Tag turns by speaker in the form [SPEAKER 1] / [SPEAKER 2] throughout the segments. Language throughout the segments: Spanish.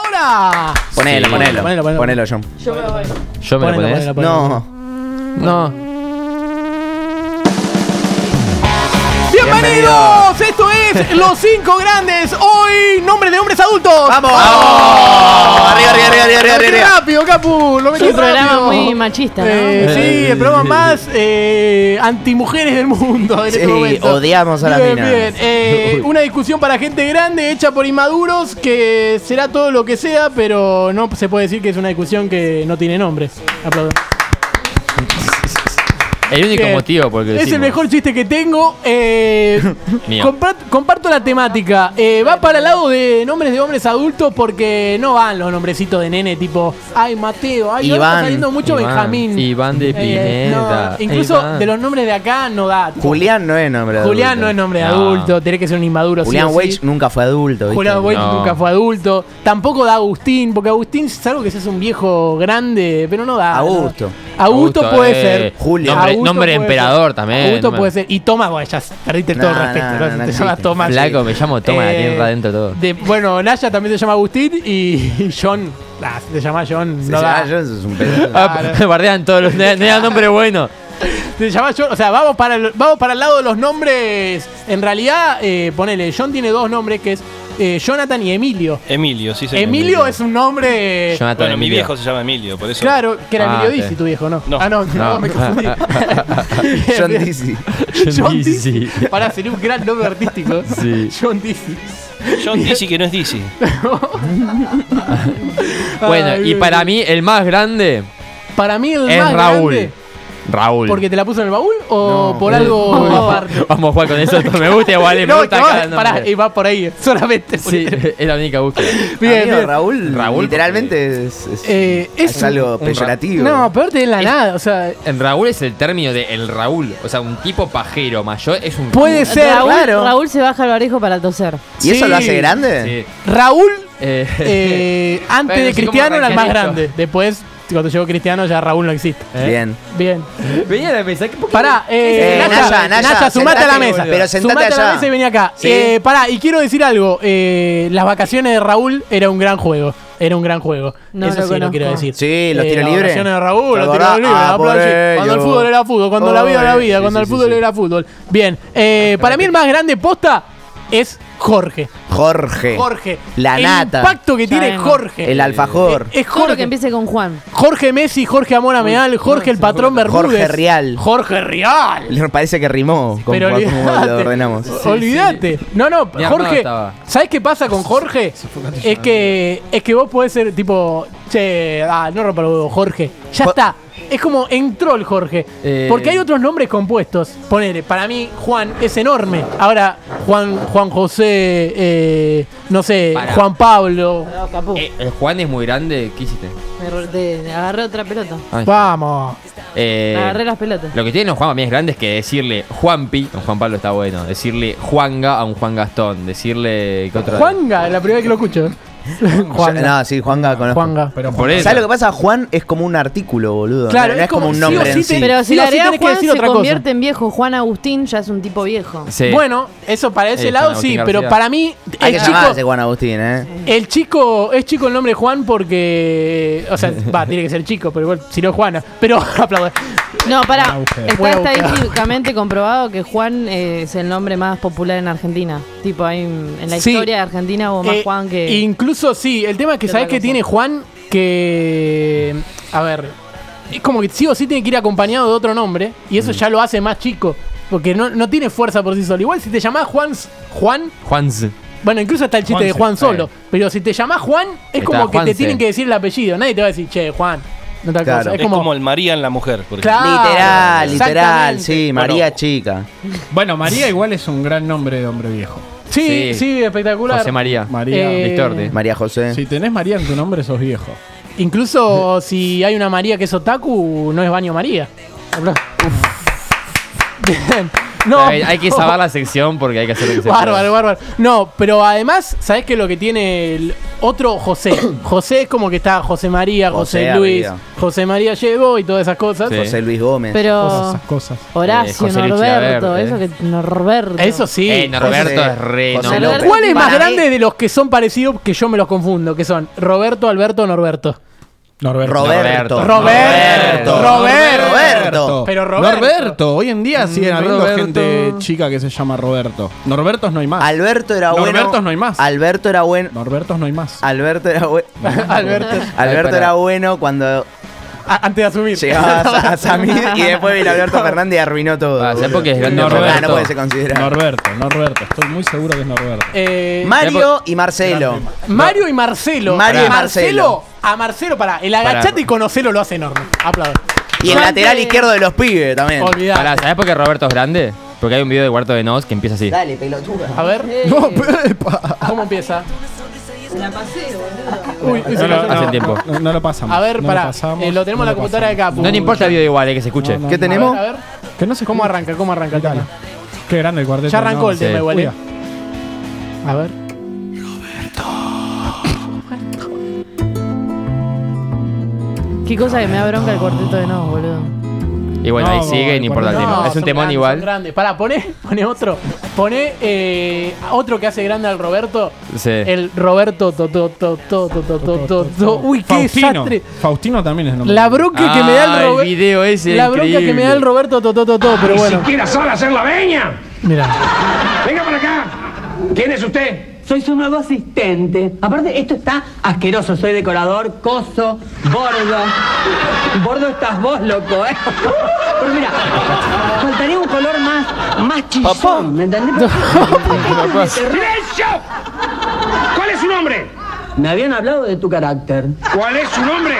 [SPEAKER 1] ahora!
[SPEAKER 2] Ponelo,
[SPEAKER 3] Sí.
[SPEAKER 2] ponelo.
[SPEAKER 1] Ponelo,
[SPEAKER 2] Ponelo,
[SPEAKER 1] ponelo.
[SPEAKER 2] John.
[SPEAKER 4] Yo me voy.
[SPEAKER 3] ¿Yo me lo
[SPEAKER 1] Ponelo, ponelo,
[SPEAKER 3] ponés?
[SPEAKER 1] ponelo.
[SPEAKER 2] No.
[SPEAKER 3] No.
[SPEAKER 1] ¡Bienvenidos! Esto es Los Cinco Grandes. Hoy, nombre de hombres adultos. Ah,
[SPEAKER 2] ¡Vamos! Arriba, arriba, arriba, arriba, arriba,
[SPEAKER 1] Lo metí
[SPEAKER 2] arriba.
[SPEAKER 1] rápido, Capu! Lo metí
[SPEAKER 4] Es un programa
[SPEAKER 1] rápido.
[SPEAKER 4] muy machista, ¿no?
[SPEAKER 1] Eh, sí, el programa más eh, antimujeres del mundo. En este
[SPEAKER 2] Sí,
[SPEAKER 1] momento.
[SPEAKER 2] odiamos a las
[SPEAKER 1] Bien,
[SPEAKER 2] minas.
[SPEAKER 1] bien. Eh, una discusión para gente grande hecha por inmaduros que será todo lo que sea, pero no se puede decir que es una discusión que no tiene nombre. Aplaudo.
[SPEAKER 3] El único
[SPEAKER 1] Bien.
[SPEAKER 3] motivo porque
[SPEAKER 1] Es el mejor chiste que tengo. eh,
[SPEAKER 3] Mío.
[SPEAKER 1] compart- comparto la temática. Eh, va para el lado de nombres de hombres adultos porque no van los nombrecitos de nene tipo, ay Mateo, ay, ahora está
[SPEAKER 2] Iván,
[SPEAKER 1] saliendo mucho Benjamín.
[SPEAKER 3] Iván de
[SPEAKER 1] Eh,
[SPEAKER 3] Pineda.
[SPEAKER 1] no, incluso
[SPEAKER 3] Iván.
[SPEAKER 1] de los nombres de acá no da.
[SPEAKER 2] Julián no es nombre de
[SPEAKER 1] Julián
[SPEAKER 2] adulto.
[SPEAKER 1] no es nombre de
[SPEAKER 3] No.
[SPEAKER 1] adulto, tiene que ser un inmaduro. sí
[SPEAKER 2] Julián
[SPEAKER 1] o sí.
[SPEAKER 2] Weich nunca fue adulto. ¿viste?
[SPEAKER 1] Julián Weich
[SPEAKER 3] No.
[SPEAKER 1] nunca fue adulto. Tampoco da Agustín, porque Agustín es algo que es un viejo grande, pero no da.
[SPEAKER 2] Augusto.
[SPEAKER 1] No. Augusto, puede
[SPEAKER 3] eh,
[SPEAKER 1] ser.
[SPEAKER 2] Julio.
[SPEAKER 3] Nombre,
[SPEAKER 1] Augusto
[SPEAKER 3] nombre
[SPEAKER 1] puede
[SPEAKER 3] emperador
[SPEAKER 1] ser.
[SPEAKER 3] también.
[SPEAKER 1] Augusto
[SPEAKER 3] nombre-
[SPEAKER 1] puede ser. Y Tomás, bueno, ya perdiste todo el
[SPEAKER 2] No,
[SPEAKER 1] respeto.
[SPEAKER 2] no,
[SPEAKER 1] ¿no?
[SPEAKER 2] no, no
[SPEAKER 1] te
[SPEAKER 2] existe.
[SPEAKER 1] llamas Tomás.
[SPEAKER 3] Flaco, me llamo Tomás, la tiene adentro todo.
[SPEAKER 1] Eh, de- bueno, Naya también se llama Agustín y, y John. Ah, se llama John.
[SPEAKER 2] Se
[SPEAKER 1] no
[SPEAKER 2] llama
[SPEAKER 1] da.
[SPEAKER 2] John, eso es un pedo.
[SPEAKER 3] Ah, bardean todos los. No era nombre bueno.
[SPEAKER 1] Se llama John. O sea, vamos para, el, vamos para el lado de los nombres. En realidad, eh, ponele, John tiene dos nombres que es eh, Jonathan y Emilio.
[SPEAKER 5] Emilio, sí, señor.
[SPEAKER 1] Emilio es un nombre.
[SPEAKER 3] Jonathan
[SPEAKER 5] Bueno, mi
[SPEAKER 3] Emilio.
[SPEAKER 5] viejo se llama Emilio, por eso.
[SPEAKER 1] Claro, que era
[SPEAKER 3] Ah,
[SPEAKER 1] Emilio
[SPEAKER 3] ok.
[SPEAKER 1] Dizzy, tu viejo, ¿no?
[SPEAKER 5] No.
[SPEAKER 1] Ah, no, no,
[SPEAKER 3] No.
[SPEAKER 1] me confundí.
[SPEAKER 2] John Dizzy.
[SPEAKER 1] John
[SPEAKER 3] John
[SPEAKER 1] Dizzy.
[SPEAKER 3] Dizzy.
[SPEAKER 1] Pará, sería un gran nombre artístico.
[SPEAKER 3] Sí.
[SPEAKER 1] John Dizzy.
[SPEAKER 5] John Dizzy que no es Dizzy.
[SPEAKER 3] Bueno,
[SPEAKER 1] Ay,
[SPEAKER 3] y para mí el más grande
[SPEAKER 1] Para mí el
[SPEAKER 3] es
[SPEAKER 1] más
[SPEAKER 3] Raúl.
[SPEAKER 1] grande-
[SPEAKER 3] Raúl.
[SPEAKER 1] ¿Porque te la puso en el baúl o
[SPEAKER 2] No.
[SPEAKER 1] por algo
[SPEAKER 3] Uy,
[SPEAKER 1] aparte?
[SPEAKER 3] Vamos a jugar con eso. Me gusta igual. me
[SPEAKER 1] No,
[SPEAKER 3] gusta
[SPEAKER 1] que va-
[SPEAKER 3] cada nombre.
[SPEAKER 1] pará, y va por ahí, solamente. por
[SPEAKER 3] Sí,
[SPEAKER 1] ahí.
[SPEAKER 3] es la única búsqueda.
[SPEAKER 1] Bien,
[SPEAKER 2] Amigo,
[SPEAKER 1] bien.
[SPEAKER 2] Raúl,
[SPEAKER 3] Raúl,
[SPEAKER 2] literalmente es, es-
[SPEAKER 1] Eh, es
[SPEAKER 2] es algo
[SPEAKER 3] un- un
[SPEAKER 2] peyorativo.
[SPEAKER 1] No, peor te den la nada, o sea,
[SPEAKER 3] En Raúl es el término de el Raúl. O sea, un tipo pajero mayor es un.
[SPEAKER 1] puede ser.
[SPEAKER 4] Raúl,
[SPEAKER 2] claro.
[SPEAKER 4] Raúl se baja al barbijo para toser.
[SPEAKER 2] ¿Y eso
[SPEAKER 1] sí.
[SPEAKER 2] lo hace grande?
[SPEAKER 3] Sí.
[SPEAKER 1] Raúl,
[SPEAKER 3] Eh,
[SPEAKER 1] eh, antes
[SPEAKER 3] Bueno,
[SPEAKER 1] de
[SPEAKER 3] sí, como
[SPEAKER 1] Cristiano era el más
[SPEAKER 3] Raquelito.
[SPEAKER 1] grande. Después, cuando llegó Cristiano, ya Raúl no existe. ¿eh?
[SPEAKER 2] Bien.
[SPEAKER 1] Bien.
[SPEAKER 3] Venía la mesa. ¿qué- por qué-
[SPEAKER 1] Pará, eh,
[SPEAKER 2] Eh,
[SPEAKER 1] Naya,
[SPEAKER 2] Naya,
[SPEAKER 1] Naya,
[SPEAKER 2] Naya,
[SPEAKER 1] sumate a la
[SPEAKER 2] sentate,
[SPEAKER 1] mesa.
[SPEAKER 2] boludo. Pero sentate
[SPEAKER 1] Sumate a la
[SPEAKER 2] allá.
[SPEAKER 1] mesa y vení acá.
[SPEAKER 2] Sí.
[SPEAKER 1] Eh, pará, y quiero decir algo. eh, las vacaciones de Raúl era un gran juego. Era un gran juego.
[SPEAKER 4] No
[SPEAKER 1] Eso
[SPEAKER 4] lo
[SPEAKER 1] sí lo
[SPEAKER 4] conozco.
[SPEAKER 1] quiero decir.
[SPEAKER 2] Sí, los
[SPEAKER 1] Eh,
[SPEAKER 2] tiros
[SPEAKER 1] las
[SPEAKER 2] libres.
[SPEAKER 1] vacaciones de Raúl, los tiros
[SPEAKER 2] ¿Acordás?
[SPEAKER 1] libres.
[SPEAKER 2] Ah,
[SPEAKER 1] la
[SPEAKER 2] por
[SPEAKER 1] playa, Cuando el
[SPEAKER 2] ello.
[SPEAKER 1] fútbol era fútbol, cuando la vida era
[SPEAKER 2] Oh,
[SPEAKER 1] vida,
[SPEAKER 2] sí,
[SPEAKER 1] cuando
[SPEAKER 2] sí,
[SPEAKER 1] el
[SPEAKER 2] sí,
[SPEAKER 1] fútbol
[SPEAKER 2] sí.
[SPEAKER 1] era fútbol. Bien, eh, para mí el más grande posta es Jorge.
[SPEAKER 2] Jorge.
[SPEAKER 1] Jorge.
[SPEAKER 2] La
[SPEAKER 1] el
[SPEAKER 2] nata.
[SPEAKER 1] impacto que Eh,
[SPEAKER 4] Ya
[SPEAKER 1] tiene
[SPEAKER 4] vengo.
[SPEAKER 1] Jorge.
[SPEAKER 2] El alfajor.
[SPEAKER 1] es
[SPEAKER 4] Todo lo que
[SPEAKER 1] Jorge.
[SPEAKER 4] empiece con Juan.
[SPEAKER 1] Jorge Messi, Jorge Amor Ameal, Jorge el patrón Bermúdez.
[SPEAKER 2] Jorge Rial.
[SPEAKER 1] Jorge Rial.
[SPEAKER 2] Le parece que rimó con
[SPEAKER 1] Pero
[SPEAKER 2] cómo
[SPEAKER 1] olvidate.
[SPEAKER 2] lo ordenamos.
[SPEAKER 1] O- Olvídate. No, no,
[SPEAKER 3] Ni armado
[SPEAKER 1] Jorge.
[SPEAKER 3] estaba.
[SPEAKER 1] ¿Sabes qué pasa con Jorge? Es que es que vos podés ser tipo, che, ah, no rompa los huevos, Jorge. Ya
[SPEAKER 2] Jo-
[SPEAKER 1] está. Es como entró el Jorge.
[SPEAKER 3] Eh.
[SPEAKER 1] Porque hay otros nombres compuestos. Ponele, para mí Juan es enorme. Ahora Juan Juan José, eh, no sé,
[SPEAKER 3] Pará.
[SPEAKER 1] Juan Pablo.
[SPEAKER 3] Eh, el Juan es muy grande. ¿Qué hiciste?
[SPEAKER 4] Me ro- te- agarré otra pelota.
[SPEAKER 3] Ay.
[SPEAKER 1] Vamos.
[SPEAKER 3] Eh,
[SPEAKER 4] agarré las pelotas.
[SPEAKER 3] Lo que tienen los Juan Mamías grandes es que decirle Juanpi, a un Juan Pablo está bueno, decirle Juanga a un Juan Gastón, decirle que otra
[SPEAKER 1] Juanga, es la primera vez que lo escucho.
[SPEAKER 2] Yo-
[SPEAKER 1] Juanga.
[SPEAKER 2] No, sí, Juanga conozco.
[SPEAKER 1] Juanga.
[SPEAKER 3] Por eso.
[SPEAKER 2] ¿Sabes lo que pasa? Juan es como un artículo, boludo.
[SPEAKER 1] Claro,
[SPEAKER 2] no, no
[SPEAKER 1] es
[SPEAKER 2] es como
[SPEAKER 1] como
[SPEAKER 2] un
[SPEAKER 1] sí o
[SPEAKER 2] nombre
[SPEAKER 1] sí
[SPEAKER 2] en sí.
[SPEAKER 1] te-
[SPEAKER 4] Pero si
[SPEAKER 1] Sí o
[SPEAKER 4] le
[SPEAKER 1] sí
[SPEAKER 4] agregas
[SPEAKER 1] tenés que
[SPEAKER 4] Juan
[SPEAKER 1] decir
[SPEAKER 4] se
[SPEAKER 1] otra cosa.
[SPEAKER 4] convierte en viejo. Juan Agustín ya es un tipo viejo.
[SPEAKER 3] Sí.
[SPEAKER 1] Bueno, eso para ese
[SPEAKER 3] Eh,
[SPEAKER 1] lado
[SPEAKER 3] Juan
[SPEAKER 1] sí,
[SPEAKER 3] Agustín
[SPEAKER 1] pero
[SPEAKER 3] García.
[SPEAKER 1] para mí
[SPEAKER 2] Hay
[SPEAKER 1] el
[SPEAKER 2] que
[SPEAKER 1] chico,
[SPEAKER 2] llamarse Juan Agustín, ¿eh?
[SPEAKER 1] el chico es chico el nombre Juan porque o sea, va, tiene que ser chico, pero igual si no es Juana, pero aplaudo.
[SPEAKER 4] No, pará. Está
[SPEAKER 1] Huevo,
[SPEAKER 4] estadísticamente comprobado que Juan eh, es el nombre más popular en Argentina. Tipo, hay un- en la
[SPEAKER 1] Sí.
[SPEAKER 4] historia de Argentina hubo más
[SPEAKER 1] Eh,
[SPEAKER 4] Juan que.
[SPEAKER 1] Incluso sí, el tema es que
[SPEAKER 4] que
[SPEAKER 1] sabes
[SPEAKER 4] otra
[SPEAKER 1] que
[SPEAKER 4] cosa.
[SPEAKER 1] tiene Juan que a ver, es como que sí o sí tiene que ir acompañado de otro nombre y eso ya lo hace más chico. Porque no, no tiene fuerza por sí solo. Igual si te llamás Juan, Juan,
[SPEAKER 3] Juanz.
[SPEAKER 1] bueno, incluso está el chiste de Juan solo. Pero si te llamás Juan, es
[SPEAKER 3] Está
[SPEAKER 1] como que te
[SPEAKER 3] Juanse.
[SPEAKER 1] tienen que decir el apellido. Nadie te va a decir, che, Juan. No tal
[SPEAKER 2] Claro.
[SPEAKER 1] cosa.
[SPEAKER 5] Es como el María en la mujer, por ejemplo.
[SPEAKER 1] Claro,
[SPEAKER 2] literal, literal,
[SPEAKER 1] Ah, exactamente.
[SPEAKER 2] sí,
[SPEAKER 5] Bueno.
[SPEAKER 2] María Chica.
[SPEAKER 6] Bueno, María igual es un gran nombre de hombre viejo.
[SPEAKER 1] Sí, sí,
[SPEAKER 3] Sí.
[SPEAKER 1] espectacular.
[SPEAKER 3] José María.
[SPEAKER 6] María.
[SPEAKER 1] Eh,
[SPEAKER 3] Víctor de-
[SPEAKER 2] María José.
[SPEAKER 6] Si tenés María en tu nombre, sos viejo.
[SPEAKER 1] Incluso si hay una María que es otaku, no es baño María. Bien. No.
[SPEAKER 3] Está bien, Hay que saber la sección porque hay que hacer lo que se
[SPEAKER 1] Bárbaro,
[SPEAKER 3] pueda.
[SPEAKER 1] bárbaro. No, pero además, ¿sabés qué es lo que tiene el otro José? José es como que está José María, José,
[SPEAKER 2] José
[SPEAKER 1] Luis,
[SPEAKER 2] arriba.
[SPEAKER 1] José María llegó y todas esas cosas.
[SPEAKER 3] Sí.
[SPEAKER 2] José Luis Gómez.
[SPEAKER 6] Todas
[SPEAKER 4] Pero
[SPEAKER 6] esas cosas.
[SPEAKER 4] Horacio,
[SPEAKER 3] Eh, José eh. Luis
[SPEAKER 4] Norberto,
[SPEAKER 3] Chilavert,
[SPEAKER 4] eso que Norberto.
[SPEAKER 1] Eso sí.
[SPEAKER 3] Eh, Norberto
[SPEAKER 2] José-
[SPEAKER 3] es re
[SPEAKER 2] José
[SPEAKER 3] no,
[SPEAKER 4] Norberto.
[SPEAKER 1] ¿Cuál es más
[SPEAKER 4] Para
[SPEAKER 1] grande
[SPEAKER 4] mí-
[SPEAKER 1] de los que son parecidos que yo me los confundo? Que son Roberto, Alberto, Norberto.
[SPEAKER 6] Norberto.
[SPEAKER 2] Roberto.
[SPEAKER 1] Roberto. Roberto.
[SPEAKER 2] Roberto.
[SPEAKER 1] Pero Roberto.
[SPEAKER 6] Norberto. Hoy en día siguen habiendo
[SPEAKER 3] Roberto.
[SPEAKER 6] gente chica que se llama Roberto. Norbertos no hay más.
[SPEAKER 2] Alberto era bueno.
[SPEAKER 6] Norbertos no hay más.
[SPEAKER 2] Alberto era bueno.
[SPEAKER 6] Norbertos no hay más.
[SPEAKER 2] Alberto era bueno.
[SPEAKER 1] Alberto.
[SPEAKER 2] Alberto
[SPEAKER 3] pará.
[SPEAKER 2] era bueno cuando
[SPEAKER 1] A- antes de asumir.
[SPEAKER 2] llegaba a, a Samir y después vino Alberto Fernández y arruinó todo.
[SPEAKER 3] Ah, ¿sabés
[SPEAKER 2] boludo.
[SPEAKER 3] por qué es grande
[SPEAKER 2] Ah,
[SPEAKER 3] Norberto?
[SPEAKER 2] no puede ser considerado.
[SPEAKER 6] Norberto, Norberto. Estoy muy seguro que es Norberto.
[SPEAKER 1] Eh,
[SPEAKER 2] Mario y Marcelo.
[SPEAKER 1] Mario y Marcelo.
[SPEAKER 2] Mario
[SPEAKER 1] Marcelo.
[SPEAKER 2] y Marcelo.
[SPEAKER 1] A Marcelo, para el agachate y conocelo lo hace enorme. Aplaudo.
[SPEAKER 2] Y el
[SPEAKER 4] Grande.
[SPEAKER 2] lateral izquierdo de los pibes también.
[SPEAKER 1] Olvidar.
[SPEAKER 3] Pará, ¿sabés por qué Roberto es grande? Porque hay un video de Huerto de Nos que empieza así.
[SPEAKER 2] Dale, pelotuda.
[SPEAKER 1] A ver,
[SPEAKER 6] No, pepa.
[SPEAKER 1] ¿cómo empieza? Uy, uy,
[SPEAKER 6] No
[SPEAKER 1] se
[SPEAKER 6] lo-
[SPEAKER 1] cayó.
[SPEAKER 3] hace
[SPEAKER 6] no,
[SPEAKER 3] tiempo.
[SPEAKER 6] No, no lo pasamos.
[SPEAKER 1] A ver,
[SPEAKER 6] No lo
[SPEAKER 1] pará.
[SPEAKER 6] pasamos,
[SPEAKER 1] Eh, lo tenemos en
[SPEAKER 6] no
[SPEAKER 1] la computadora de acá.
[SPEAKER 6] pasamos.
[SPEAKER 3] No te importa el video igual, eh, que se escuche.
[SPEAKER 6] No, no,
[SPEAKER 2] ¿Qué
[SPEAKER 6] no.
[SPEAKER 1] A
[SPEAKER 2] tenemos?
[SPEAKER 1] ver, a ver.
[SPEAKER 6] Que no se
[SPEAKER 1] ¿Cómo arranca? ¿Cómo arranca el
[SPEAKER 6] Dale.
[SPEAKER 1] tema?
[SPEAKER 6] Qué grande el cuarteto.
[SPEAKER 1] Ya arrancó el
[SPEAKER 3] Sí.
[SPEAKER 1] tema igual. eh.
[SPEAKER 6] Cuida.
[SPEAKER 1] A ver.
[SPEAKER 4] Qué cosa que me da bronca el cuarteto de no, boludo.
[SPEAKER 3] Y bueno, ahí
[SPEAKER 6] No,
[SPEAKER 3] sigue, no importa el
[SPEAKER 6] no,
[SPEAKER 3] tema. Es un
[SPEAKER 1] son
[SPEAKER 3] temón
[SPEAKER 1] grandes, son
[SPEAKER 3] igual.
[SPEAKER 1] grandes. Pará, poné, poné otro. Poné eh, otro que hace grande al Roberto.
[SPEAKER 3] Sí.
[SPEAKER 1] El Roberto to, to, to, to, to, to, to, to, to. Uy, qué
[SPEAKER 6] Faustino.
[SPEAKER 1] desastre.
[SPEAKER 6] Faustino también es el nombre.
[SPEAKER 1] La bronca que me da
[SPEAKER 3] Ah,
[SPEAKER 1] el Roberto.
[SPEAKER 3] video ese
[SPEAKER 1] La bronca que me da el
[SPEAKER 3] increíble.
[SPEAKER 1] Roberto to, to, to, to, pero bueno.
[SPEAKER 7] siquiera sabe hacer la veña.
[SPEAKER 1] Mira.
[SPEAKER 7] Venga para acá. ¿Quién es usted?
[SPEAKER 8] Soy su nuevo asistente. Aparte, esto está asqueroso. Soy decorador, coso, bordo. Bordo estás vos, loco, ¿eh? Pero mira, faltaría un color más, más chillón, ¿me entendés?
[SPEAKER 7] ¡Silencio! ¿Cuál es su nombre?
[SPEAKER 8] Me habían hablado de tu carácter,
[SPEAKER 7] ¿Cuál es su nombre?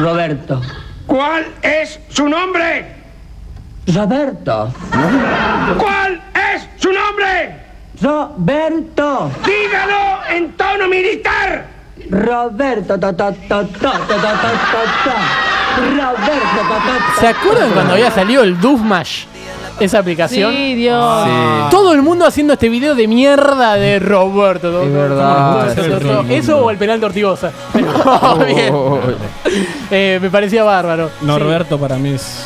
[SPEAKER 8] Roberto.
[SPEAKER 7] ¿Cuál es su nombre?
[SPEAKER 8] Roberto.
[SPEAKER 7] ¿Cuál es su nombre?
[SPEAKER 8] Roberto.
[SPEAKER 7] Dígalo en tono militar.
[SPEAKER 8] Roberto. to, to, to, to, to, to, to, to, to. Roberto. to, to, to.
[SPEAKER 1] ¿Se acuerdan cuando había salido el Doofmash? Esa aplicación.
[SPEAKER 4] Sí, Dios.
[SPEAKER 1] Ah, Todo el mundo haciendo este video de mierda de Roberto. Es
[SPEAKER 3] verdad,
[SPEAKER 1] Eso o el penal de Ortigosa. Pero bien. Eh, me parecía bárbaro.
[SPEAKER 6] Norberto para mí es.
[SPEAKER 1] Sí.